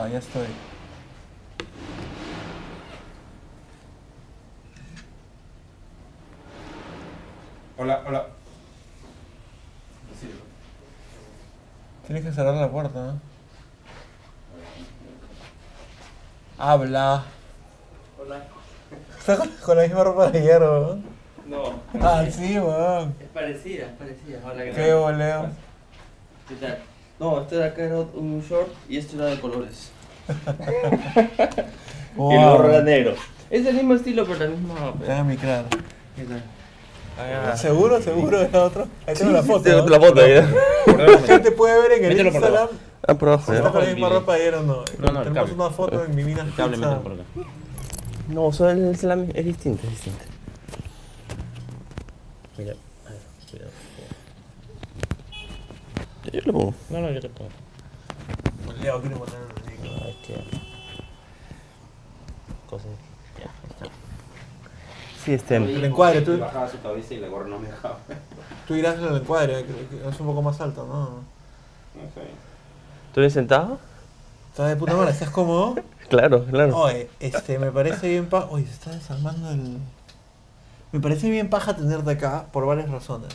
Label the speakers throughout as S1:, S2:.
S1: Ah, ya estoy.
S2: Hola, hola.
S1: Tienes que cerrar la puerta, ¿no? Habla.
S3: Hola.
S1: Está con, con la misma ropa de ayer, weón.
S3: No.
S1: Ah, sí, weón.
S3: Es parecida, es parecida. Hola, ¿qué
S1: Qué
S3: tal?
S1: boleo.
S3: ¿Qué tal? No, este de acá era un short y este era de colores. Y
S1: Wow.
S3: luego era negro. Es el mismo estilo, pero la misma.
S1: Está en mi cara.
S3: ¿Qué tal?
S1: Ah, ¿Seguro, seguro era otro? Ahí tengo la foto.
S4: Te-
S1: ¿no?
S4: te la foto, ¿eh? ya.
S1: La gente puede ver en el
S4: Mételo por
S1: Instagram
S4: Ah, por abajo,
S1: si está
S4: ya.
S1: con la misma ropa de ayer o no.
S4: No, no, el
S1: Tenemos
S4: cable.
S1: una foto en mi mina.
S4: Cable,
S1: Pizza.
S4: mételo por acá.
S3: No, solo es, la, es distinto, es distinto.
S4: Mira. a ver, cuidado. Yo le pongo. No, no, yo te pongo.
S1: Boleo, quiero poner el rico.
S4: Cosas. Ya, ahí está. Sí, este.
S1: El encuadre, tú,
S2: Bajaba su cabeza y la gorra no me dejaba.
S1: tú irás en el encuadre, que- que es un poco más alto, ¿no?
S2: No sé.
S4: ¿Tú eres sentado?
S1: ¿Estás de puta madre? ¿Estás cómodo?
S4: Claro, claro.
S1: Oye, este, me parece bien paja. Oye, se está desarmando el. Me parece bien paja tenerte acá por varias razones.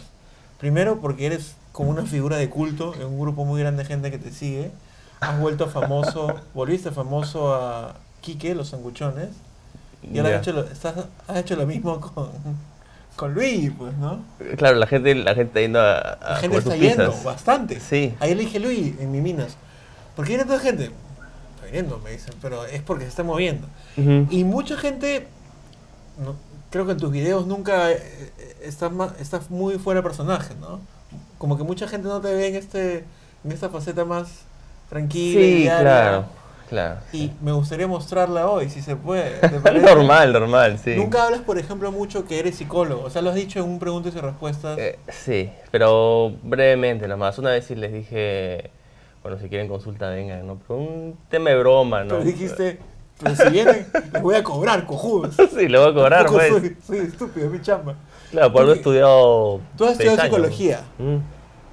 S1: Primero, porque eres como una figura de culto en un grupo muy grande de gente que te sigue. Has vuelto famoso, volviste famoso a Quique, los sanguchones. Y ahora
S4: Ya.
S1: has, hecho lo, estás- has hecho lo mismo con, con Luis, pues, ¿no?
S4: Claro, la gente, la gente está yendo a, a
S1: La gente
S4: comer
S1: está
S4: sus
S1: yendo,
S4: pizzas.
S1: bastante.
S4: Sí.
S1: Ahí le dije, Luis, en mi minas, ¿por qué viene tanta gente? Está viniendo, me dicen, pero es porque se está moviendo.
S4: Ujú.
S1: Y mucha gente, no, creo que en tus videos nunca eh, eh, estás, ma- estás muy fuera de personaje, ¿no? Como que mucha gente no te ve en, este, en esta faceta más tranquila.
S4: Sí,
S1: diaria.
S4: claro. Claro.
S1: Y me gustaría mostrarla hoy, si se puede. ¿te parece?
S4: normal, normal, sí.
S1: Nunca hablas, por ejemplo, mucho que eres psicólogo. O sea, lo has dicho en un preguntas y respuestas.
S4: Eh, sí, pero brevemente nomás. Una vez sí les dije, bueno, si quieren consulta, vengan, ¿no? Pero un tema de broma, ¿no?
S1: Pero dijiste, pero si vienen, les voy a cobrar, cojudos.
S4: sí, lo voy a cobrar,
S1: Tampoco
S4: pues.
S1: soy, soy estúpido, es mi chamba.
S4: Claro, por haber
S1: Porque
S4: estudiado.
S1: tú has
S4: seis
S1: estudiado
S4: años.
S1: psicología.
S4: Mm.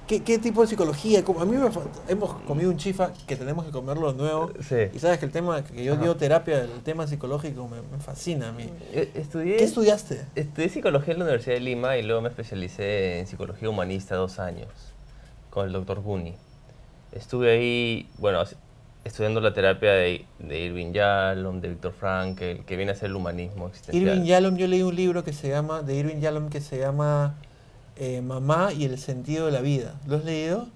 S1: ¿Qué, qué tipo de psicología? Como a mí me fa- hemos comido un chifa que tenemos que comerlo de nuevo.
S4: Sí.
S1: Y sabes que el tema que yo dio terapia, el tema psicológico, me, me fascina a mí.
S4: Eh, Estudié,
S1: ¿Qué estudiaste?
S4: estudié psicología en la Universidad de Lima y luego me especialicé en psicología humanista dos años con el doctor Guni. Estuve ahí, bueno, as- estudiando la terapia de, de Irving Yalom, de Víctor Frankl, que viene a ser el humanismo existencial.
S1: Irving Yalom, yo leí un libro que se llama, de Irving Yalom que se llama eh, Mamá y el sentido de la vida. ¿Lo has leído?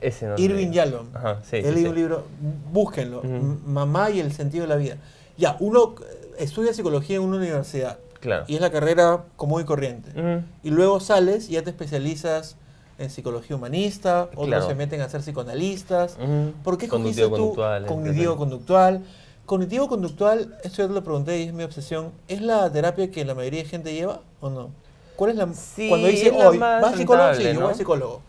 S4: Ese no lo
S1: Irving
S4: leí.
S1: Yalom.
S4: Ajá, sí,
S1: Él
S4: sí,
S1: leí
S4: sí.
S1: un libro, búsquenlo,
S4: Ujú.
S1: M- Mamá y el sentido de la vida. Ya, uno eh, estudia psicología en una universidad
S4: Claro. Mm.
S1: y es la carrera común y corriente.
S4: Ujú.
S1: Y luego sales y ya te especializas en psicología humanista, otros
S4: Claro.
S1: se meten a ser psicoanalistas.
S4: Ujú.
S1: ¿Por qué escogiste tú
S4: Cognitivo-conductual, etcétera.
S1: cognitivo-conductual? Cognitivo-conductual, esto ya te lo pregunté y es mi obsesión, ¿es la terapia que la mayoría de gente lleva o no? ¿Cuál es la
S4: Sí,
S1: Cuando dice,
S4: es la
S1: hoy,
S4: más
S1: ¿vas a psicólogo? Sí,
S4: rentable,
S1: yo
S4: ¿no?
S1: voy a psicólogo.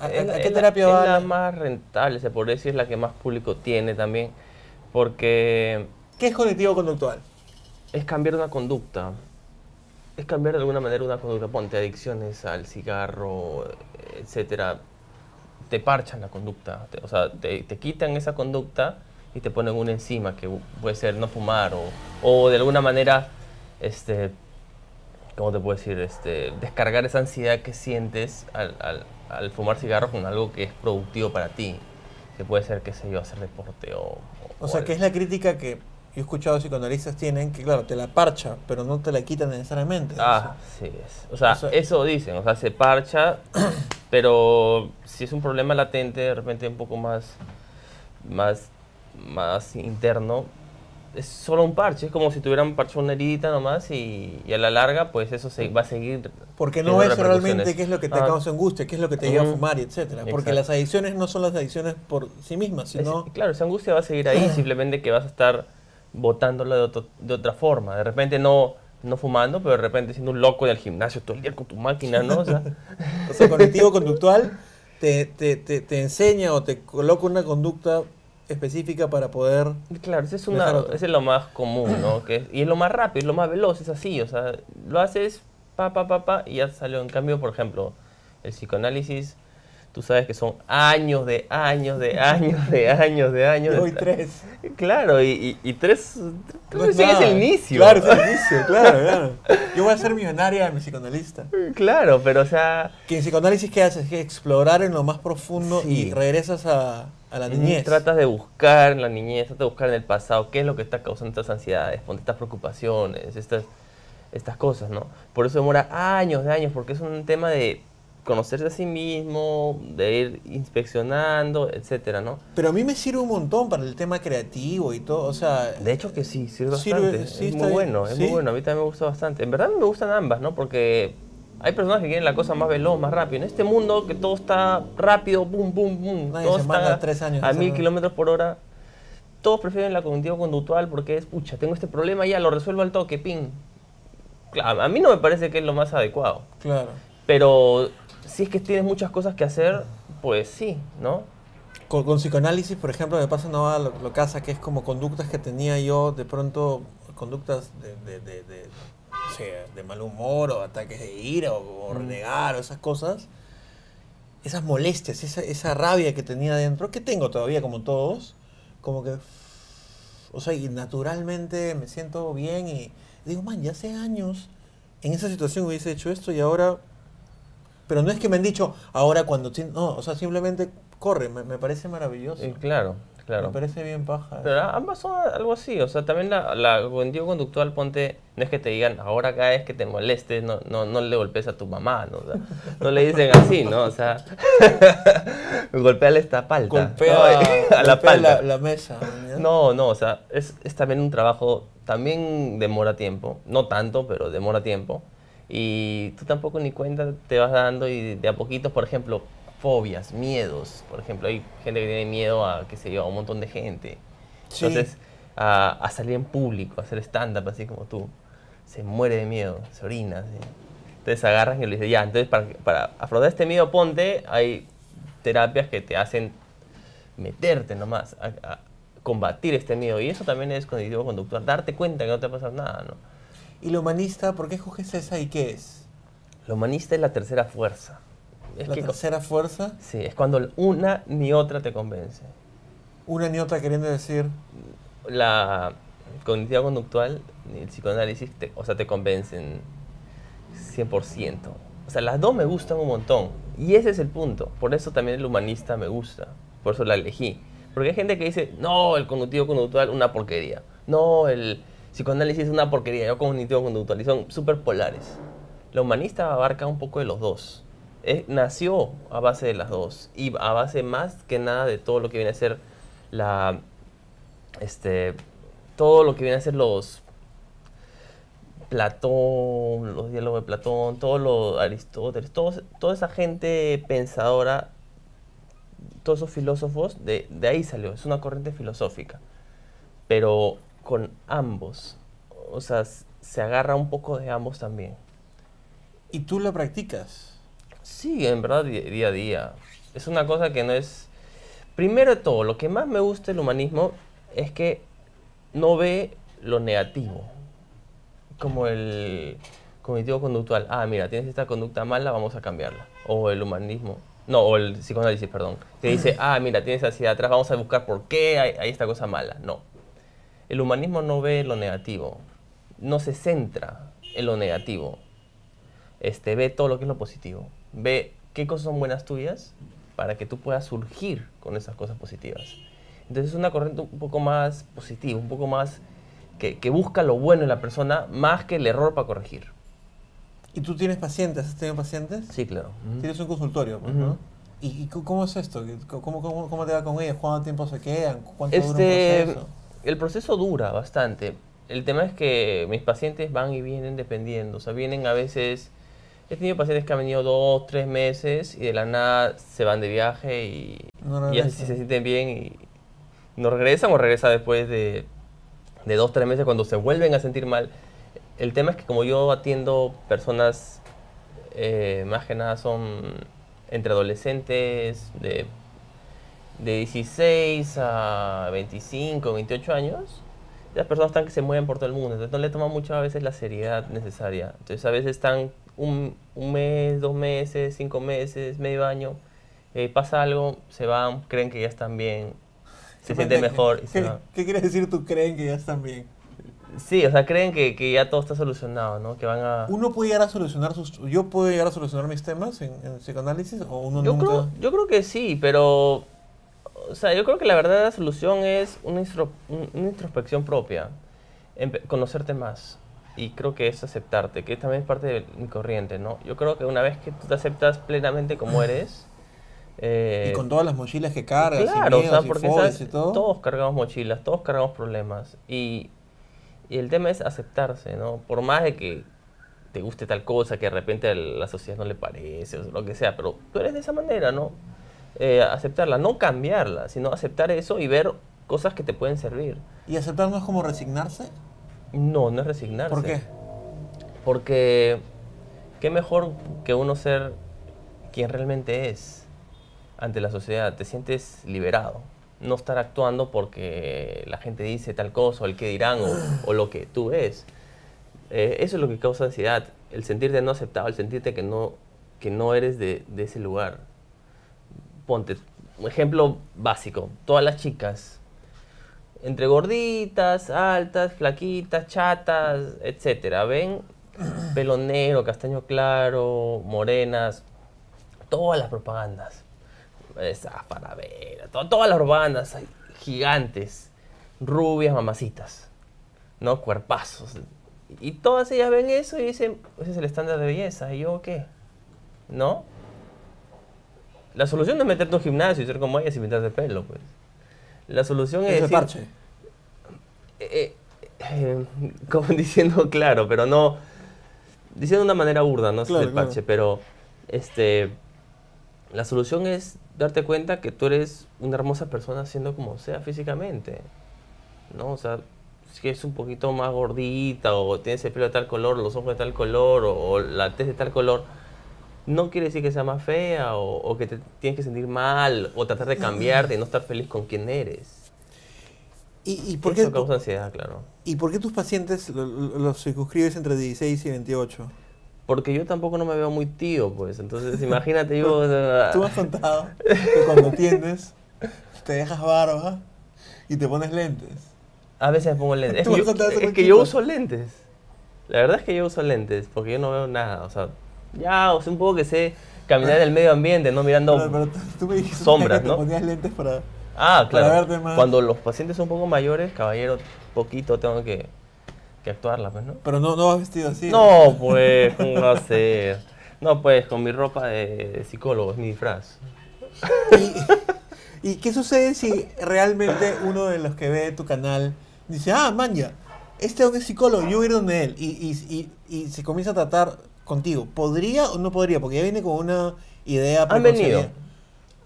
S1: ¿A, a- a
S4: Es la-
S1: qué
S4: es la-
S1: terapia va?
S4: Es la
S1: la-
S4: más rentable, se podría decir, es la que más público tiene también, porque
S1: ¿Qué es cognitivo-conductual?
S4: es cambiar una conducta. Es cambiar de alguna manera una conducta. Ponte adicciones al cigarro, etcétera. Te parchan la conducta. te- o sea, te, te quitan esa conducta y te ponen una encima que puede ser no fumar o, o de alguna manera, este, ¿cómo te puedo decir? Este, descargar esa ansiedad que sientes al, al- al fumar cigarro con algo que es productivo para ti. Que puede ser, qué sé yo, hacer deporte o...
S1: O sea,
S4: al-
S1: que es la crítica que yo he escuchado psicoanalistas tienen, que claro, te la parcha, pero no te la quitan necesariamente.
S4: Ah, sí es. O sea,
S1: O sea-
S4: eso dicen, o sea, se parcha, pero si es un problema latente, de repente un poco más, más, más interno, es solo un parche, es como si tuvieran parchado una heridita nomás y, y a la larga, pues eso se va a seguir.
S1: Porque no
S4: teniendo
S1: ves realmente
S4: repercusiones.
S1: qué es lo que te
S4: Ah,
S1: causa angustia, qué es lo que te lleva a
S4: Ujú.
S1: fumar, y etcétera. Porque
S4: Exacto.
S1: las adicciones no son las adicciones por sí mismas,
S4: es-
S1: sino
S4: Claro, esa angustia va a seguir ahí, simplemente que vas a estar botándolo de, otro- de otra forma. De repente no, no fumando, pero de repente siendo un loco en el gimnasio todo el día con tu máquina, ¿no? O sea,
S1: o sea, cognitivo conductual te, te, te, te enseña o te coloca una conducta específica para poder
S4: Claro, ese es,
S1: Dejar
S4: una,
S1: otro.
S4: ese es lo más común, ¿no? Que es- y es lo más rápido, es lo más veloz, es así, o sea, lo haces pa, pa, pa, pa, y ya salió. En cambio, por ejemplo, el psicoanálisis Tú sabes que son años de años de años de años de años. de-
S1: Hoy tres.
S4: Claro, y, y, y tres,
S1: No
S4: tres recién es
S1: nada. ¿eh?
S4: el inicio.
S1: Claro, es el inicio, claro, claro. Yo voy a ser millonaria de mi psicoanalista.
S4: Claro, pero o sea,
S1: Que en psicoanálisis, ¿qué haces? Que explorar en lo más profundo
S4: Sí. Mm,
S1: y regresas a, a la niñez.
S4: tratas de buscar en la niñez, tratas de buscar en el pasado qué es lo que está causando estas ansiedades, ponte estas preocupaciones, estas, estas cosas, ¿no? Por eso demora años de años, porque es un tema de conocerse a sí mismo, de ir inspeccionando, etcétera, ¿no?
S1: Pero a mí me sirve un montón para el tema creativo y todo. O sea,
S4: De hecho que sí, sirve
S1: Sirve,
S4: bastante.
S1: sí,
S4: es
S1: está
S4: muy
S1: bien,
S4: bueno, es muy
S1: sí.
S4: bueno. A mí también me gusta bastante. En verdad me gustan ambas, ¿no? Porque hay personas que quieren la cosa más veloz, más rápido. En este mundo que todo está rápido, boom, boom, boom.
S1: Nadie
S4: todo
S1: se
S4: está
S1: manda tres años
S4: a
S1: haciendo
S4: mil
S1: nada.
S4: kilómetros por hora. Todos prefieren la cognitivo-conductual porque es, pucha, tengo este problema, ya lo resuelvo al toque, ping. Claro, a mí no me parece que es lo más adecuado.
S1: claro.
S4: Pero si es que tienes muchas cosas que hacer, pues sí, ¿no?
S1: Con, con psicoanálisis, por ejemplo, me pasa una lo, lo casa que es como conductas que tenía yo, de pronto, conductas de, de, de, de, o sea, de mal humor o ataques de ira
S4: Mm.
S1: o, o renegar o esas cosas. Esas molestias, esa, esa rabia que tenía dentro, que tengo todavía como todos, como que, o sea, y naturalmente me siento bien y digo, man, ya hace años en esa situación hubiese hecho esto y ahora pero no es que me han dicho ahora cuando. tien- No, o sea, simplemente corre. Me, me parece maravilloso.
S4: Eh, claro, claro.
S1: Me parece bien paja.
S4: Pero a- ambas son algo así, o sea, también la, la cognitivo conductual, ponte, no es que te digan, ahora cada vez que te molestes, no, no, no le golpes a tu mamá, ¿no? O sea, no le dicen así, ¿no? O sea, golpeale esta palta.
S1: Golpea,
S4: ¿no? a la
S1: golpea
S4: palta.
S1: la, la mesa. ¿no?
S4: No, no, o sea, es, es también un trabajo, también demora tiempo, no tanto, pero demora tiempo. Y tú tampoco ni cuenta te vas dando y de a poquitos, por ejemplo, fobias, miedos. Por ejemplo, hay gente que tiene miedo a, qué sé yo, a un montón de gente.
S1: Sí.
S4: Entonces, a, a salir en público, a hacer stand-up, así como tú. Se muere de miedo, se orina. así. Entonces agarras y le dices, ya, entonces para, para afrontar este miedo, ponte, hay terapias que te hacen meterte nomás, a, a combatir este miedo. Y eso también es cognitivo conductual, darte cuenta que no te va a pasar nada, ¿no?
S1: ¿Y lo humanista? ¿Por qué escoges esa y qué es?
S4: Lo humanista es la tercera fuerza. Es
S1: la
S4: que,
S1: tercera fuerza.
S4: sí, es cuando una ni otra te convence.
S1: Una ni otra queriendo decir.
S4: la cognitiva conductual y el psicoanálisis, te- o sea, te convencen 100%. O sea, las dos me gustan un montón. Y ese es el punto. Por eso también el humanista me gusta. Por eso la elegí. Porque hay gente que dice, no, el cognitivo conductual, una porquería. No, el psicoanálisis es una porquería. Yo cognitivo conductual. Y son súper polares. La humanista abarca un poco de los dos. Eh, nació a base de las dos. Y a base más que nada de todo lo que viene a ser la este, todo lo que viene a ser los Platón, los diálogos de Platón, todos los Aristóteles, todos- toda esa gente pensadora, todos esos filósofos, de, de ahí salió, es una corriente filosófica, pero con ambos, o sea, s- se agarra un poco de ambos también.
S1: Y tú la practicas.
S4: Sí, en verdad, di- día a día. Es una cosa que no es... Primero de todo, lo que más me gusta del humanismo es que no ve lo negativo. Como el cognitivo conductual. Ah, mira, tienes esta conducta mala, vamos a cambiarla. O el humanismo. No, o el psicoanálisis, perdón. Te dice, ah, mira, tienes hacia atrás, vamos a buscar por qué hay, hay esta cosa mala. No. El humanismo no ve lo negativo. No se centra en lo negativo este, ve todo lo que es lo positivo. Ve qué cosas son buenas tuyas para que tú puedas surgir con esas cosas positivas. Entonces es una corriente un poco más positiva, un poco más que, que busca lo bueno en la persona más que el error para corregir.
S1: ¿Y tú tienes pacientes? ¿Has tenido pacientes?
S4: Sí, claro.
S1: Tienes un consultorio, pues,
S4: Ujú.
S1: ¿no? ¿Y, y cu- cómo es esto? ¿Cómo, cómo, ¿Cómo te va con ellos? ¿Cuánto tiempo se quedan? ¿Cuánto
S4: Este,
S1: dura un proceso?
S4: el proceso dura bastante. El tema es que mis pacientes van y vienen dependiendo. O sea, vienen a veces. He tenido pacientes que han venido dos, tres meses y de la nada se van de viaje y,
S1: No
S4: y ya si
S1: regresan.
S4: se sienten bien y no regresan o regresa después de, de dos, tres meses cuando se vuelven a sentir mal. El tema es que como yo atiendo personas, eh, más que nada son entre adolescentes de de 16 a 25, 28 años, las personas están que se mueven por todo el mundo, entonces no le toman muchas a veces la seriedad necesaria. Entonces a veces están un, un mes, dos meses, cinco meses, medio año, eh, pasa algo, se van, creen que ya están bien, se
S1: Depende
S4: sienten
S1: de-
S4: mejor y se
S1: ¿Qué,
S4: van.
S1: ¿Qué quiere decir tú creen que ya están bien?
S4: Sí, o sea, creen que, que ya todo está solucionado, ¿no? Que van a...
S1: ¿Uno puede llegar a solucionar sus... Yo puedo llegar a solucionar mis temas en, en psicoanálisis o uno
S4: Yo
S1: nunca...
S4: creo, yo creo que sí, pero... O sea, yo creo que la verdadera solución es una, instro- un- una introspección propia, empe- conocerte más. Y creo que es aceptarte, que también es parte de mi corriente, ¿no? Yo creo que una vez que tú te aceptas plenamente como eres... eh,
S1: Y con todas las mochilas que cargas,
S4: Claro,
S1: y
S4: o
S1: miedos,
S4: sea,
S1: y
S4: porque
S1: fobias
S4: ¿sabes?
S1: y todo.
S4: todos cargamos mochilas, todos cargamos problemas. Y, y el tema es aceptarse, ¿no? Por más de que te guste tal cosa, que de repente a la sociedad no le parece, o lo que sea, pero tú eres de esa manera, ¿no? Eh, aceptarla, no cambiarla, sino aceptar eso y ver cosas que te pueden servir.
S1: ¿Y aceptar no es como resignarse?
S4: No, no es resignarse.
S1: ¿Por qué?
S4: Porque qué mejor que uno ser quien realmente es ante la sociedad. Te sientes liberado. No estar actuando porque la gente dice tal cosa, o el que dirán, o, o lo que tú ves. Eh, eso es lo que causa ansiedad. El sentirte no aceptado, el sentirte que no, que no eres de, de ese lugar. Ponte, un ejemplo básico. Todas las chicas entre gorditas, altas, flaquitas, chatas, etcétera. ¿Ven? Pelo negro, castaño claro, morenas, todas las propagandas. Esa faravera, to- todas las propagandas ay, gigantes, rubias, mamacitas, ¿no? Cuerpazos. Y todas ellas ven eso y dicen, ese es el estándar de belleza, ¿y yo qué? ¿No? La solución no es meterte a un gimnasio y ser como ellas y pintarte pelo, pues. La solución es
S1: Es el
S4: decir,
S1: parche.
S4: eh, eh, como diciendo claro, pero no diciendo de una manera burda, no
S1: Claro,
S4: es el parche, pero este la solución es darte cuenta que tú eres una hermosa persona siendo como sea físicamente. ¿No? O sea, si es un poquito más gordita o tienes el pelo de tal color, los ojos de tal color o, o la tez de tal color, no quiere decir que sea más fea o, o que te tienes que sentir mal o tratar de
S1: Mm.
S4: cambiarte y no estar feliz con quien eres.
S1: ¿Y, y por qué,
S4: Eso causa ansiedad, claro.
S1: ¿Y por qué tus pacientes lo- lo- los circunscribes entre 16 y 28?
S4: Porque yo tampoco no me veo muy tío, pues. Entonces, imagínate yo... o sea,
S1: Tú me has contado que cuando atiendes te dejas barba y te pones lentes.
S4: A veces me pongo lentes. Es
S1: Tú me
S4: que,
S1: has
S4: yo,
S1: contado eso
S4: es
S1: con
S4: que yo
S1: chicos.
S4: uso lentes. La verdad es que yo uso lentes, porque yo no veo nada. O sea, ya, o sea, un poco que sé caminar en el medio ambiente, no mirando...
S1: Pero, pero tú, tú me dijiste
S4: sombras,
S1: que
S4: ¿no?
S1: te ponías lentes para...
S4: ah,
S1: para
S4: claro.
S1: verte más.
S4: Cuando los pacientes son un poco mayores, caballero, poquito tengo que, que actuarla, pues, ¿no?
S1: Pero no, no vas vestido así.
S4: No, pues, ¿cómo va a ser? No, pues, con mi ropa de psicólogo, es mi disfraz.
S1: ¿Y qué sucede si realmente uno de los que ve tu canal dice, ah, manja, este hombre es psicólogo, yo voy a ir donde él? Y, y, y, y se comienza a tratar contigo. ¿Podría o no podría? Porque ya viene con una idea
S4: Han venido.
S1: preconcebida.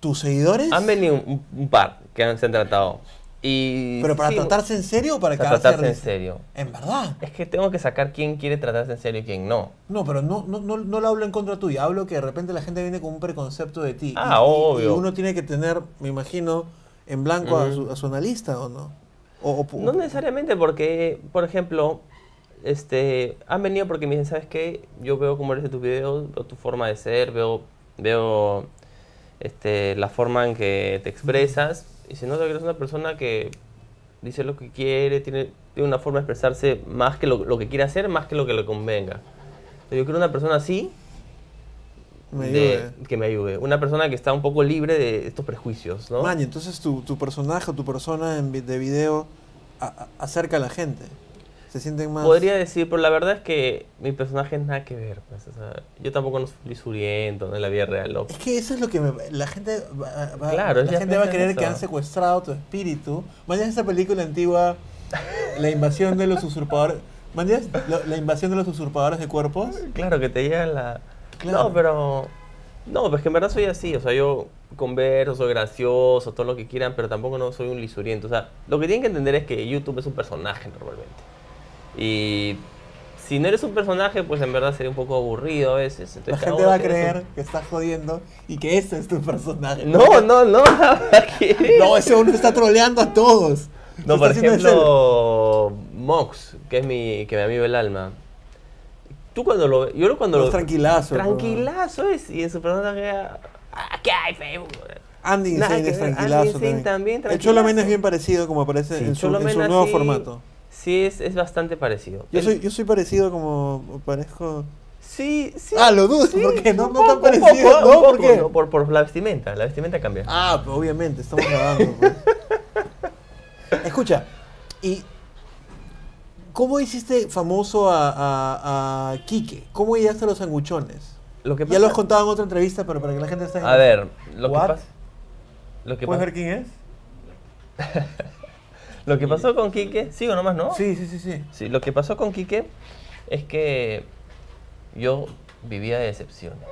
S1: ¿Tus seguidores?
S4: Han venido un, un par que han- se han tratado. Y
S1: ¿Pero para
S4: sí,
S1: tratarse en serio o para
S4: para
S1: cagarse de
S4: tratarse en
S1: risa?
S4: serio.
S1: En verdad.
S4: Es que tengo que sacar quién quiere tratarse en serio y quién no.
S1: No, pero no, no, no, no lo hablo en contra tuya. Hablo que de repente la gente viene con un preconcepto de ti.
S4: Ah,
S1: Y- y- Y,
S4: obvio.
S1: uno tiene que tener, me imagino, en blanco a, su, a su analista, ¿o no? O, o pu-
S4: No necesariamente porque, por ejemplo, este, han venido porque me dicen, ¿sabes qué? Yo veo cómo eres de tus videos, veo tu forma de ser, veo, veo este, la forma en que te expresas. Y se nota que eres una persona que dice lo que quiere, tiene, tiene una forma de expresarse más que lo, lo que quiere hacer, más que lo que le convenga. Yo quiero una persona así,
S1: me eh.
S4: de-
S1: ayude.
S4: que me ayude. Una persona que está un poco libre de estos prejuicios, ¿no?
S1: Maña, entonces tu, tu personaje, o tu persona en vi- de video a- a- acerca a la gente. Se sienten más.
S4: Podría decir, pero la verdad es que mi personaje es nada que ver. pues, o sea, yo tampoco no soy lisuriento, no en la vida real. ¿no?
S1: Es que eso es lo que me- la gente va, va-
S4: Claro, es
S1: la
S4: la
S1: gente va a
S4: plata
S1: creer
S4: esa.
S1: que han secuestrado tu espíritu. Mañana esa película antigua, la invasión de los usurpadores. Mañana la, la invasión de los usurpadores de cuerpos.
S4: Claro, que te llega la...
S1: Claro.
S4: No, pero... No, pues que en verdad soy así. O sea, yo converso, soy gracioso, todo lo que quieran, pero tampoco no soy un lisuriento. O sea, lo que tienen que entender es que YouTube es un personaje normalmente. Y... Si no eres un personaje, pues en verdad sería un poco aburrido a veces.
S1: La
S4: entonces cada
S1: gente
S4: uno
S1: va a
S4: tiene su-
S1: creer que estás jodiendo y que ese es tu personaje.
S4: No, no, no. ¿qué?
S1: No, ese uno está troleando a todos.
S4: No,
S1: Se está
S4: por
S1: haciendo el
S4: ejemplo, Mox, que es mi, que me amigo el alma. Tú cuando lo, yo lo- cuando
S1: cel-
S4: lo
S1: Tranquilazo.
S4: tranquilazo es y en su personaje a- Ah, ¿Qué hay, Facebook?
S1: Andy
S4: Nada
S1: Insane
S4: que
S1: es
S4: ver, Andy
S1: tranquilazo
S4: Insane
S1: también.
S4: también,
S1: el Cholo
S4: tranquilazo.
S1: Mena es bien parecido como aparece
S4: Sí,
S1: en su,
S4: Cholo
S1: en su
S4: Mena
S1: nuevo
S4: sí-
S1: formato.
S4: Sí, es, es bastante parecido.
S1: Yo
S4: El-
S1: soy, yo soy parecido como parezco...
S4: Sí, sí.
S1: Ah, lo dudo, ¿por qué? No,
S4: un
S1: no tan
S4: poco, un
S1: parecido,
S4: poco,
S1: ¿no?
S4: un
S1: ¿Por
S4: poco,
S1: qué?
S4: ¿no? Por, por la vestimenta, la vestimenta cambia.
S1: Ah, pues, obviamente, estamos grabando. pues. Escucha, ¿y cómo hiciste famoso a, a, a Quique? ¿Cómo llegaste a los sanguchones?
S4: Lo que
S1: Ya lo has
S4: pasa-
S1: contado en otra entrevista, pero para que la gente esté...
S4: A ver, lo que
S1: What?
S4: pasa... Lo que,
S1: ¿Puedes
S4: pas-
S1: ver quién es?
S4: lo que pasó con Quique, sigo nomás, ¿no?
S1: Sí, sí, sí, sí.
S4: Sí, lo que pasó con Quique es que yo vivía de decepciones.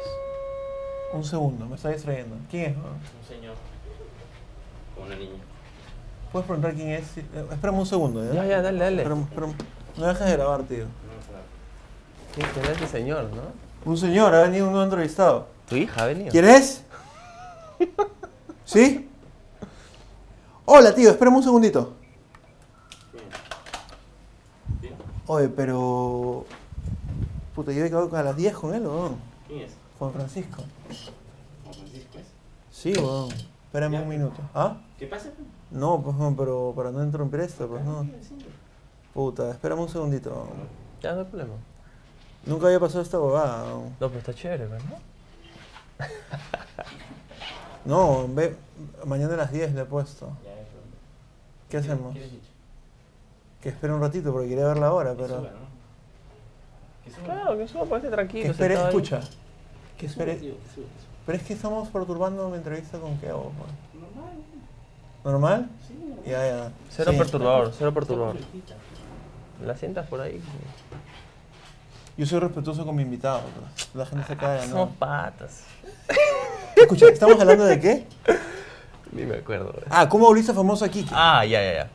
S1: Un segundo, me está distrayendo. ¿Quién es?
S3: Un señor. Con una niña.
S1: ¿Puedes preguntar quién es? Sí, eh, Espérame un segundo, ¿ya?
S4: Ya, ya, dale, dale.
S1: Espérame, espérame. No dejes de grabar, tío.
S4: ¿Quién quién es ese señor, no?
S1: Un señor, ha venido un nuevo entrevistado.
S4: Tu hija ha venido.
S1: ¿Quién es? ¿Sí? Hola, tío, espérame un segundito. Oye, pero... Puta, yo he quedado a las 10 con él, weón.
S3: ¿Quién es?
S1: Juan Francisco.
S3: Juan Francisco es.
S1: Sí, weón. Espérame un minuto. ¿Ah?
S3: ¿Qué pasa?
S1: No, pues, weón, pero para no interrumpir esto, pues, no. Puta, espérame un segundito, weón.
S4: Ya, no hay problema.
S1: Nunca había pasado esta bobada, weón.
S4: No, pero está chévere, ¿verdad?
S1: No, weón, ve... Mañana a las 10 le he puesto. ¿Qué hacemos? Que espere un ratito porque quería ver la hora, pero...
S4: Claro, que suba, parece tranquilo.
S1: Que espere,
S4: sentado ahí.
S1: escucha. Que espere. Pero es que estamos perturbando mi entrevista con qué hago, pues. Normal. ¿Normal? Ya, ya.
S4: Cero
S1: Sí.
S4: perturbador, cero perturbador. La sientas por ahí.
S1: Yo soy respetuoso con mi invitado, pues. La gente se caga,
S4: Somos
S1: ¿no?
S4: patas.
S1: Escucha, ¿estamos hablando de qué?
S4: Ni me acuerdo. ¿eh? güey.
S1: Ah, ¿cómo volviste famoso aquí?
S4: Ah, ya, ya, ya.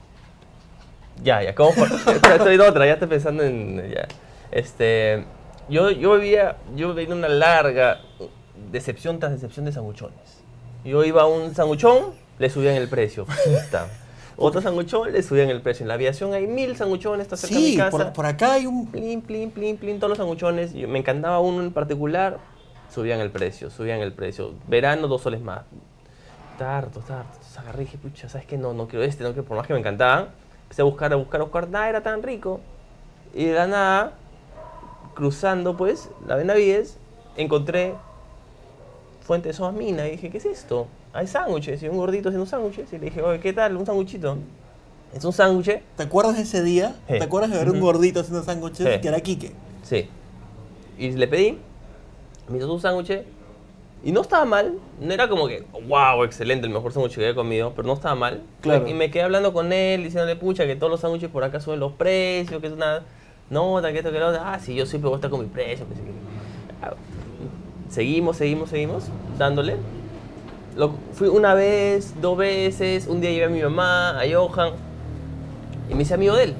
S4: Ya, ya, ¿cómo por- Espera, estoy en otra, ya estoy pensando en... Ya. Este... Yo, yo vivía... Yo vivía una larga decepción tras decepción de sanguchones. Yo iba a un sanguchón, le subían el precio. Puta. Otro sanguchón, le subían el precio. En la aviación hay mil sanguchones, está cerca de mi
S1: Sí,
S4: casa.
S1: por, por acá hay un...
S4: Plin, plin, plin, plin, todos los sanguchones. Yo- me encantaba uno en particular. Subían el precio, subían el precio. Verano, dos soles más. Tarto, tarto. Entonces agarré y dije, pucha, ¿sabes qué? No, no quiero este, no quiero, por más que me encantaban. Empecé a buscar, a buscar, a buscar. Nada era tan rico. Y de la nada, cruzando pues la Benavides, encontré Fuente de Sodas Mina. Y dije, ¿qué es esto? Hay sándwiches. Y un gordito haciendo sándwiches. Y le dije, oye, ¿qué tal? Un sándwichito. Es un sándwich.
S1: ¿Te acuerdas de ese día?
S4: Sí.
S1: ¿Te acuerdas de ver un
S4: Ujú.
S1: gordito haciendo sándwiches
S4: Sí.
S1: que era Quique?
S4: Sí. Y le pedí, me hizo su sándwich. Y no estaba mal, no era como que, wow, excelente, el mejor sándwich que había comido, pero no estaba mal.
S1: Claro.
S4: Y me quedé hablando con él, diciéndole, pucha, que todos los sándwiches por acá suben los precios, que es una nota, que esto, que lo otro. Ah, sí, yo siempre voy a estar con mi precio. que sí, que- Ah, Seguimos, seguimos, seguimos, dándole. Lo- fui una vez, dos veces, un día llevé a mi mamá, a Johan, y me hice amigo de él.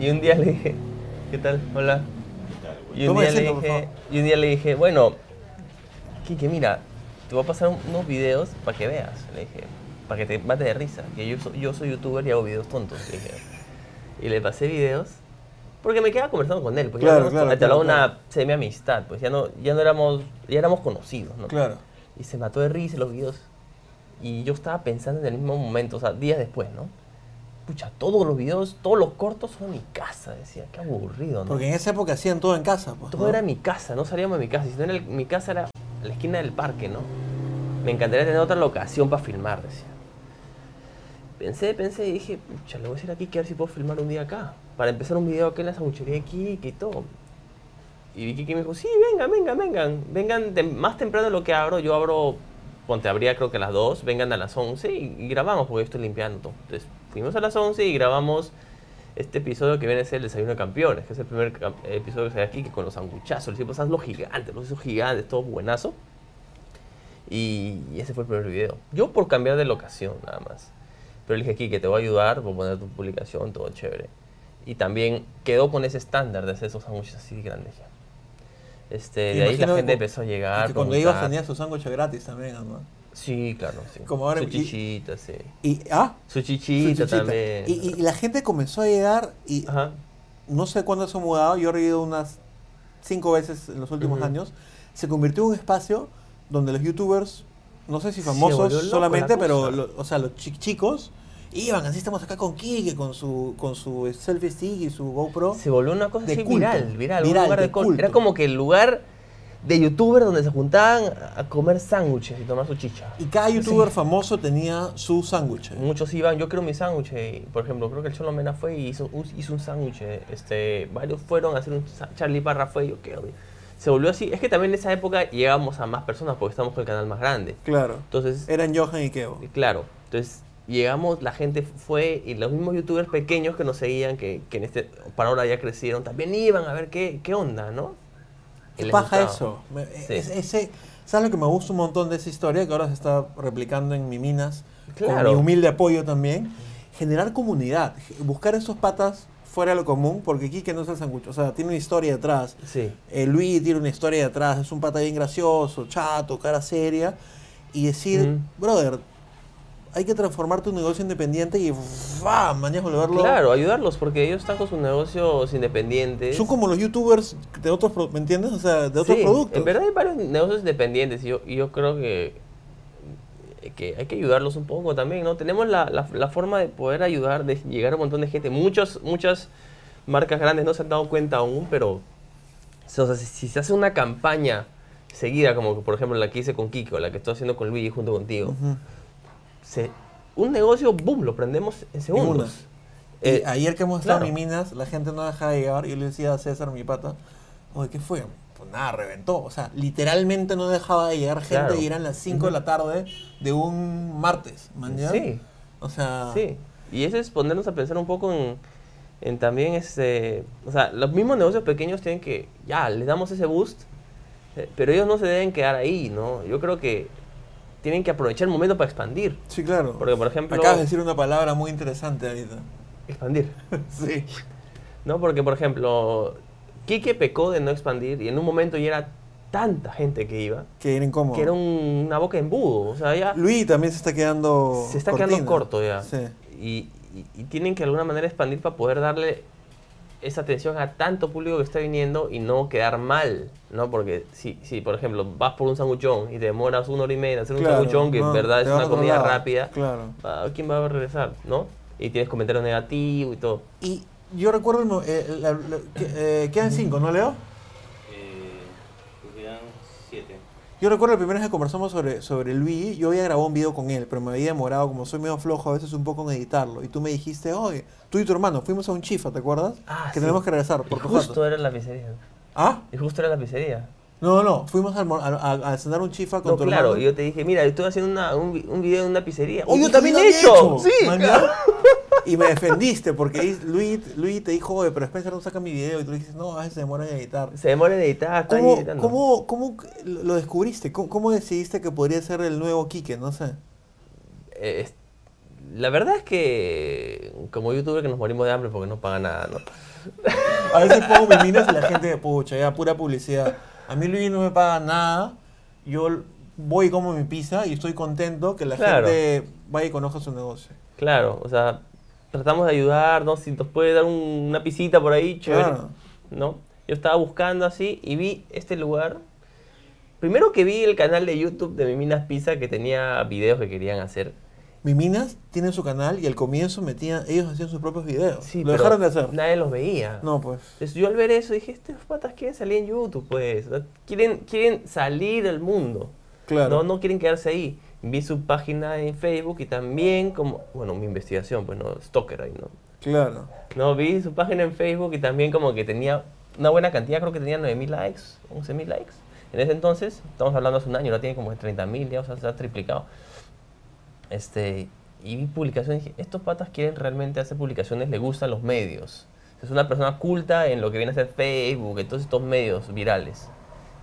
S4: Y un día le dije, ¿qué tal? Hola. Y un,
S1: Toma
S4: día le
S1: asiento, por
S4: dije,
S1: favor.
S4: y un día le dije, bueno, Kike, mira, te voy a pasar un- unos videos para que veas. Le dije, para que te mate de risa. Que yo, so- yo soy youtuber y hago videos tontos. Le dije. Y le pasé videos porque me quedaba conversando con él. Pues
S1: Claro,
S4: ya
S1: claro,
S4: habíamos entablado
S1: claro,
S4: una semi-amistad. Pues ya no, ya no éramos, ya éramos conocidos, ¿no?
S1: Claro.
S4: Y se mató de risa los videos. Y yo estaba pensando en el mismo momento, o sea, días después, ¿no? Pucha, todos los videos, todos los cortos son en mi casa, decía, qué aburrido, ¿no?
S1: Porque en esa época hacían todo en casa, pues.
S4: Todo
S1: ¿no?
S4: era mi casa, no salíamos de mi casa. y Si no era el- mi casa era a la esquina del parque, ¿no? Me encantaría tener otra locación para filmar, decía. Pensé, pensé y dije, pucha, le voy a decir aquí que a ver si puedo filmar un día acá. Para empezar un video acá en la sanguchería de Kike y todo. Y Vicky que me dijo, sí, vengan, vengan, vengan. Vengan tem- más temprano de lo que abro. Yo abro, ponte, abría creo que a las 2, vengan a las 11 y, y grabamos porque yo estoy limpiando. todo. Entonces fuimos a las 11 y grabamos este episodio que viene a ser el desayuno de campeones, que es el primer cam- eh, episodio que sale aquí, que con los sanguchazos, los tipos los gigantes, los esos gigantes, todo buenazo. Y, y ese fue el primer video. Yo por cambiar de locación, nada más. Pero le dije aquí que te voy a ayudar, voy a poner tu publicación, todo chévere. Y también quedó con ese estándar de hacer esos sándwiches así grandes ya. Este, de ahí la
S1: Imagino que
S4: gente
S1: cu-
S4: empezó a llegar.
S1: y que cuando
S4: preguntar.
S1: ibas tenías tu sándwich gratis también, ¿no?
S4: Sí, claro, sí.
S1: Como ahora-
S4: Su
S1: y-
S4: chichita, sí.
S1: Y, ah,
S4: Su
S1: su
S4: chichita,
S1: chichita.
S4: también.
S1: Y, y- y la gente comenzó a llegar y
S4: Ajá.
S1: no sé cuándo se ha mudado, yo he ido unas cinco veces en los últimos
S4: Ujú.
S1: años, se convirtió en un espacio donde los youtubers, no sé si
S4: Se
S1: famosos
S4: volvió loco
S1: solamente,
S4: la
S1: pero,
S4: cosa.
S1: lo- o sea, los chi- chicos iban, así estamos acá con Kike, con su, con su selfie stick y su GoPro.
S4: Se volvió una cosa
S1: De
S4: así
S1: culto.
S4: viral, viral, un
S1: Viral,
S4: lugar de
S1: de
S4: culto.
S1: culto.
S4: Era como que el lugar de youtubers donde se juntaban a comer sándwiches y tomar su chicha.
S1: Y cada youtuber famoso tenía su sándwich.
S4: Muchos iban, yo quiero mi sándwich. y, Por ejemplo, creo que el Cholo Mena fue y hizo, un- hizo un sándwich. Este, varios fueron a hacer un sa- Charlie Parra fue y yo quiero. mi-". Se volvió así. Es que también en esa época llegábamos a más personas porque estábamos con el canal más grande.
S1: Claro.
S4: Entonces,
S1: Eran Johan y Keo.
S4: Y Claro, entonces llegamos, la gente fue y los mismos youtubers pequeños que nos seguían, que, que en este, para ahora ya crecieron, también iban a ver qué, qué onda, ¿no? Y les
S1: Paja
S4: gustaba.
S1: eso. Me-
S4: Sí.
S1: es- ese, ¿Sabes lo que me gusta un montón de esa historia? Que ahora se está replicando en mi minas.
S4: Claro.
S1: Con mi humilde apoyo también. Generar comunidad. ge- Buscar esos patas fuera de lo común. Porque Kike no es el sangucho. O sea, tiene una historia detrás.
S4: Sí.
S1: Eh, Luis tiene una historia detrás. Es un pata bien gracioso, chato, cara seria. Y decir,
S4: Mm.
S1: brother, hay que transformar tu negocio independiente y ¡bam! Mañana volverlo.
S4: Claro, ayudarlos porque ellos están con sus negocios independientes.
S1: Son como los youtubers de otros, pro- ¿me entiendes? O sea, de otros
S4: Sí,
S1: productos.
S4: En verdad hay varios negocios independientes y yo, y yo creo que, que hay que ayudarlos un poco también, ¿no? Tenemos la, la- la forma de poder ayudar, de llegar a un montón de gente. Muchos, muchas marcas grandes no se han dado cuenta aún, pero se- o sea, si, si se hace una campaña seguida, como que, por ejemplo la que hice con Kiko, la que estoy haciendo con Luigi junto contigo,
S1: Ujú.
S4: se- un negocio, boom, lo prendemos en segundos.
S1: Y
S4: Eh,
S1: ayer que hemos estado
S4: claro.
S1: en mi minas, la gente no dejaba de llegar. Y yo le decía a César, mi pata, oye, ¿qué fue? Pues nada, reventó. O sea, literalmente no dejaba de llegar gente
S4: Claro.
S1: y eran las 5 de la tarde de un martes, ¿man ya?
S4: Sí.
S1: O sea,
S4: Sí, y eso es ponernos a pensar un poco en, en también este, o sea, los mismos negocios pequeños tienen que, ya, les damos ese boost, eh, pero ellos no se deben quedar ahí, ¿no? Yo creo que tienen que aprovechar el momento para expandir,
S1: sí, claro.
S4: Porque, por ejemplo-
S1: Acabas de decir una palabra muy interesante ahorita.
S4: expandir,
S1: sí.
S4: ¿no? Porque, por ejemplo, Quique pecó de no expandir y en un momento ya era tanta gente que iba,
S1: Que era incómodo.
S4: que era un- una boca de embudo, o sea, ya...
S1: Luis también se está quedando.
S4: se está quedando corto
S1: cortina.
S4: ya.
S1: Sí.
S4: Y, y- y tienen que de alguna manera expandir para poder darle esa atención a tanto público que está viniendo y no quedar mal, ¿no? Porque si, si por ejemplo, vas por un sanguchón y te demoras una hora y media en hacer un
S1: Claro,
S4: sanguchón, que
S1: no,
S4: en verdad
S1: te
S4: es
S1: vas
S4: una
S1: a otro
S4: comida
S1: lado,
S4: rápida,
S1: Claro.
S4: ah, ¿quién va a regresar, no? Y tienes comentarios negativos y todo.
S1: Y yo recuerdo. el mo- eh, la- la- que- eh, quedan cinco, ¿no, Leo?
S2: Eh, pues quedan siete.
S1: Yo recuerdo la primera vez que conversamos sobre, sobre Luigi, yo había grabado un video con él, pero me había demorado, como soy medio flojo a veces un poco en editarlo. Y tú me dijiste, oye, tú y tu hermano, fuimos a un chifa, ¿te acuerdas?
S4: Ah,
S1: que
S4: sí.
S1: tenemos que regresar
S4: Y
S1: por tu
S4: justo era la pizzería.
S1: ¿Ah?
S4: Y justo era la pizzería.
S1: No, no, fuimos a, almor- a, a- a cenar un chifa con
S4: No,
S1: tu
S4: claro,
S1: hermano.
S4: y yo te dije, mira, estoy haciendo una- un, vi- un video de una pizzería.
S1: ¡Oh,
S4: Y
S1: yo
S4: dije,
S1: también
S4: "Bien
S1: he hecho!
S4: Sí,
S1: man,
S4: claro.
S1: ¿ya? Y me defendiste porque ahí Luis, Luis te dijo, oye, pero Spencer no saca mi video. Y tú le dijiste, no, a veces se demora en editar.
S4: Se demora en editar, están
S1: ¿Cómo,
S4: editando.
S1: cómo, cómo lo lo descubriste? ¿Cómo, cómo decidiste que podría ser el nuevo Quique? No sé.
S4: Eh, es- la verdad es que como youtuber que nos morimos de hambre porque no paga nada, ¿no?
S1: A veces pongo mis minas y la gente me pucha, ya pura publicidad. A mí Luis no me paga nada. Yo l- voy y como mi pizza y estoy contento que la
S4: Claro.
S1: gente vaya y conozca su negocio.
S4: Claro, o sea, tratamos de ayudar, ¿no? Si nos puede dar un- una pisita por ahí, chévere,
S1: Claro.
S4: ¿no? Yo estaba buscando así y vi este lugar. Primero que vi el canal de YouTube de Miminas Pizza que tenía videos que querían hacer.
S1: Mi minas tiene su canal y al comienzo metían, ellos hacían sus propios videos.
S4: Sí,
S1: Lo
S4: pero
S1: dejaron de hacer.
S4: Nadie los veía.
S1: No, pues.
S4: Entonces yo al ver eso dije, estos patas quieren salir en YouTube, pues. ¿no? Quieren, quieren salir al mundo.
S1: Claro.
S4: No, no quieren quedarse ahí. Vi su página en Facebook y también como, bueno, mi investigación, pues no, stalker ahí, ¿no?
S1: Claro.
S4: No, vi su página en Facebook y también como que tenía una buena cantidad, creo que tenía 9.000 likes, 11.000 likes. En ese entonces, estamos hablando hace un año, ahora tiene como 30.000, ya, o sea, se ha triplicado. Este, y vi publicaciones, dije, estos patas quieren realmente hacer publicaciones, les gustan los medios. Es una persona culta en lo que viene a ser Facebook, en todos estos medios virales.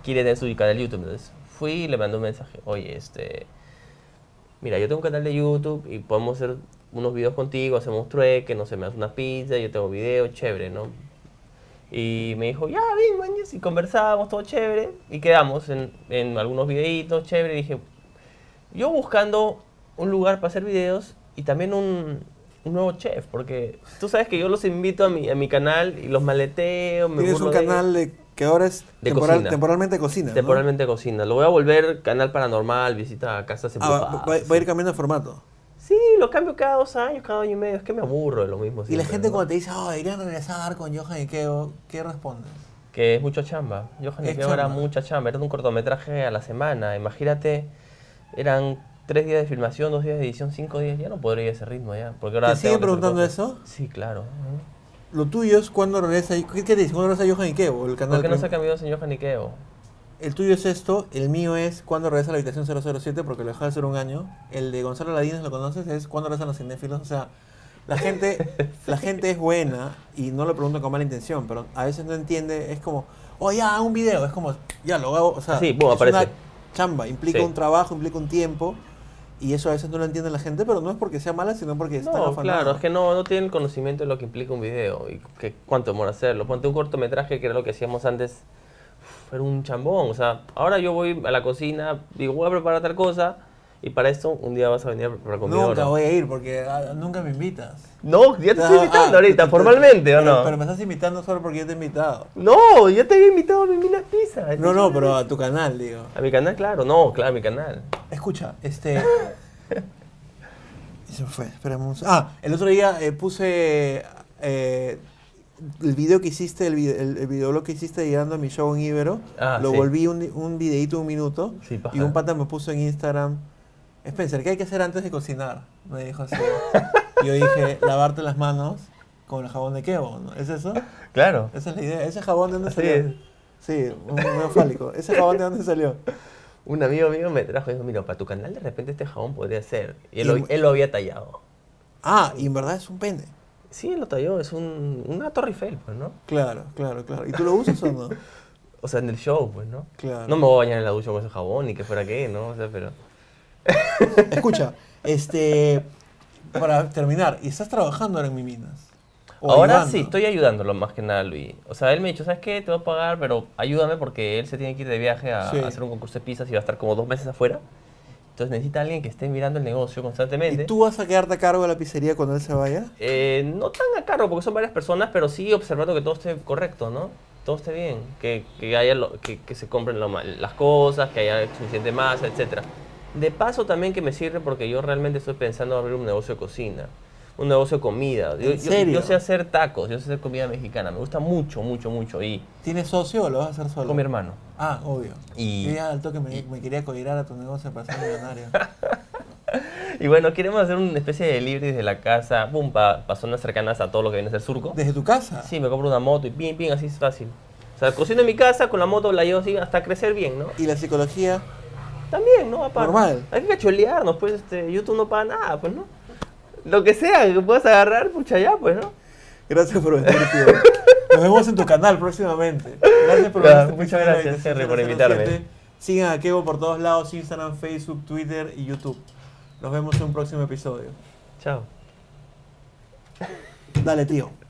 S4: Quiere tener su canal de YouTube. Entonces fui y le mandé un mensaje, oye, este, mira, yo tengo un canal de YouTube y podemos hacer unos videos contigo, hacemos trueque, no sé, me das una pizza, yo tengo video, chévere, ¿no? Y me dijo, ya, bien, man, y conversábamos, todo chévere, y quedamos en, en algunos videitos, chévere, y dije, yo buscando un lugar para hacer videos y también un, un nuevo chef, porque tú sabes que yo los invito a mi, a mi canal y los maleteo, me
S1: Tienes
S4: burlo
S1: un
S4: de ellos.
S1: canal de que ahora es
S4: De
S1: temporal-
S4: cocina.
S1: temporalmente cocina. ¿no?
S4: Temporalmente Este, cocina. Lo voy a volver canal paranormal, visita a casa
S1: Ah, va,
S4: sepultada.
S1: va- va a ir cambiando de formato.
S4: Sí, lo cambio cada dos años, cada año y medio. Es que me aburro de lo
S1: y
S4: mismo.
S1: la
S4: siempre,
S1: gente
S4: ¿no?
S1: cuando te dice, oh, deberían regresar con Johan y Keo, ¿qué respondes?
S4: Que es mucha chamba. Johan
S1: Es
S4: y Teo era
S1: chamba.
S4: mucha chamba. Era un cortometraje a la semana. Imagínate, eran tres días de filmación, dos días de edición, cinco días. Ya no podría ir a ese ritmo ya. Porque ahora
S1: ¿Te siguen
S4: tengo que hacer
S1: preguntando
S4: cosas.
S1: eso?
S4: Sí, claro.
S1: Lo tuyo es cuando regresa, ¿qué, qué te dicen? ¿Cuándo regresa Johan y Keo? El canal
S4: ¿Por qué no
S1: prim-
S4: se ha cambiado señor Johan y Keo?
S1: El tuyo es esto, el mío es cuando regresa a la habitación 007 porque lo dejó de hacer un año. El de Gonzalo Ladines, lo conoces, es cuando regresan los cinéfilos. O sea, la gente, la gente es buena y no lo pregunto con mala intención, pero a veces no entiende. Es como, oh, ya, hago un video. Es como, ya lo hago. O sea,
S4: Sí, boom,
S1: es una
S4: aparece.
S1: chamba, implica
S4: Sí.
S1: un trabajo, implica un tiempo. Y eso a veces no lo entiende la gente, pero no es porque sea mala, sino porque está
S4: No, claro, es que no, no tienen conocimiento de lo que implica un video y que, cuánto demora hacerlo. Ponte un cortometraje que era lo que hacíamos antes, uf, era un chambón. O sea, ahora yo voy a la cocina, digo, voy a preparar tal cosa y para esto un día vas a venir a preparar conmigo.
S1: Nunca
S4: ¿no?
S1: voy a ir porque ah, nunca me invitas.
S4: No, ya te estoy
S1: Ah,
S4: invitando
S1: ah,
S4: ahorita,
S1: te- te-
S4: formalmente, ¿o
S1: pero-
S4: no?
S1: Pero me estás invitando solo porque yo te he invitado.
S4: No, yo te había invitado a mi las pizzas.
S1: No, no, pero a tu canal, digo.
S4: A mi canal, claro, no, claro, a mi canal.
S1: Escucha, este. y se me fue, espérame un- Ah, el otro día eh, puse eh, el video que hiciste, el, vide- el, el videoblog que hiciste llegando a mi show en Ibero.
S4: Ah,
S1: lo
S4: sí.
S1: volví un, un videito, un minuto.
S4: Sí, paja.
S1: y un pata me puso en Instagram. Spencer, ¿qué hay que hacer antes de cocinar? Me dijo así. Yo dije, lavarte las manos con el jabón de Kevo, ¿no? ¿Es eso?
S4: Claro.
S1: Esa es la idea. ¿Ese jabón de dónde
S4: Así
S1: salió?
S4: es.
S1: Sí, un neofálico. ¿Ese jabón de dónde salió?
S4: Un amigo mío me trajo y dijo, mira, para tu canal de repente este jabón podría ser. Y él,
S1: Y-
S4: lo- él lo había tallado.
S1: Ah, y en verdad es un pene.
S4: Sí, él lo talló, es un, una Torre Eiffel, pues, ¿no?
S1: Claro, claro, claro. ¿Y tú lo usas o no?
S4: O sea, en el show, pues, ¿no?
S1: Claro.
S4: No me voy a bañar en la ducha con ese jabón, ni que fuera qué, ¿no? O sea, pero...
S1: Escucha, este. Para terminar, ¿y estás trabajando ahora en Miminas? ¿O
S4: Ahora
S1: ayudando?
S4: sí, estoy ayudándolo más que nada, Luis. O sea, él me ha dicho, ¿sabes qué? Te voy a pagar, pero ayúdame porque él se tiene que ir de viaje a,
S1: Sí.
S4: a hacer un concurso de pizzas y va a estar como dos meses afuera. Entonces necesita alguien que esté mirando el negocio constantemente.
S1: ¿Y tú vas a quedarte a cargo de la pizzería cuando él se vaya?
S4: Eh, no tan a cargo, porque son varias personas, pero sí observando que todo esté correcto, ¿no? Todo esté bien, que, que haya lo- que, que se compren lo ma- las cosas, que haya suficiente masa, etc. De paso también que me sirve porque yo realmente estoy pensando en abrir un negocio de cocina, un negocio de comida. Yo,
S1: ¿En
S4: yo-
S1: serio?
S4: yo sé hacer tacos, yo sé hacer comida mexicana, me gusta mucho, mucho, mucho. Y
S1: ¿Tienes socio o lo vas a hacer solo?
S4: con mi hermano.
S1: Ah, obvio.
S4: Y-
S1: Yo ya al toque me, me quería coirar a tu negocio para ser millonario.
S4: Y bueno, queremos hacer una especie de delivery desde la casa, pum, para zonas cercanas a todo lo que viene a ser surco.
S1: ¿Desde tu casa?
S4: Sí, me compro una moto y pim, pim, así es fácil. O sea, cocino en mi casa, con la moto la llevo así hasta crecer bien, ¿no?
S1: ¿Y la psicología?
S4: También, ¿no? Aparte.
S1: Normal.
S4: Hay que cacholearnos, pues, este, YouTube no paga nada, pues, ¿no? Lo que sea que puedas agarrar, pucha, ya, pues, ¿no?
S1: Gracias por venir, tío. Nos vemos en tu canal próximamente. Gracias por
S4: Ya,
S1: venir. a este
S4: muchas
S1: episodio de
S4: gracias,
S1: Habitación
S4: Henry, por
S1: 007.
S4: invitarme.
S1: Sigan a Kevo por todos lados, Instagram, Facebook, Twitter y YouTube. Nos vemos en un próximo episodio.
S4: Chao.
S1: Dale, tío.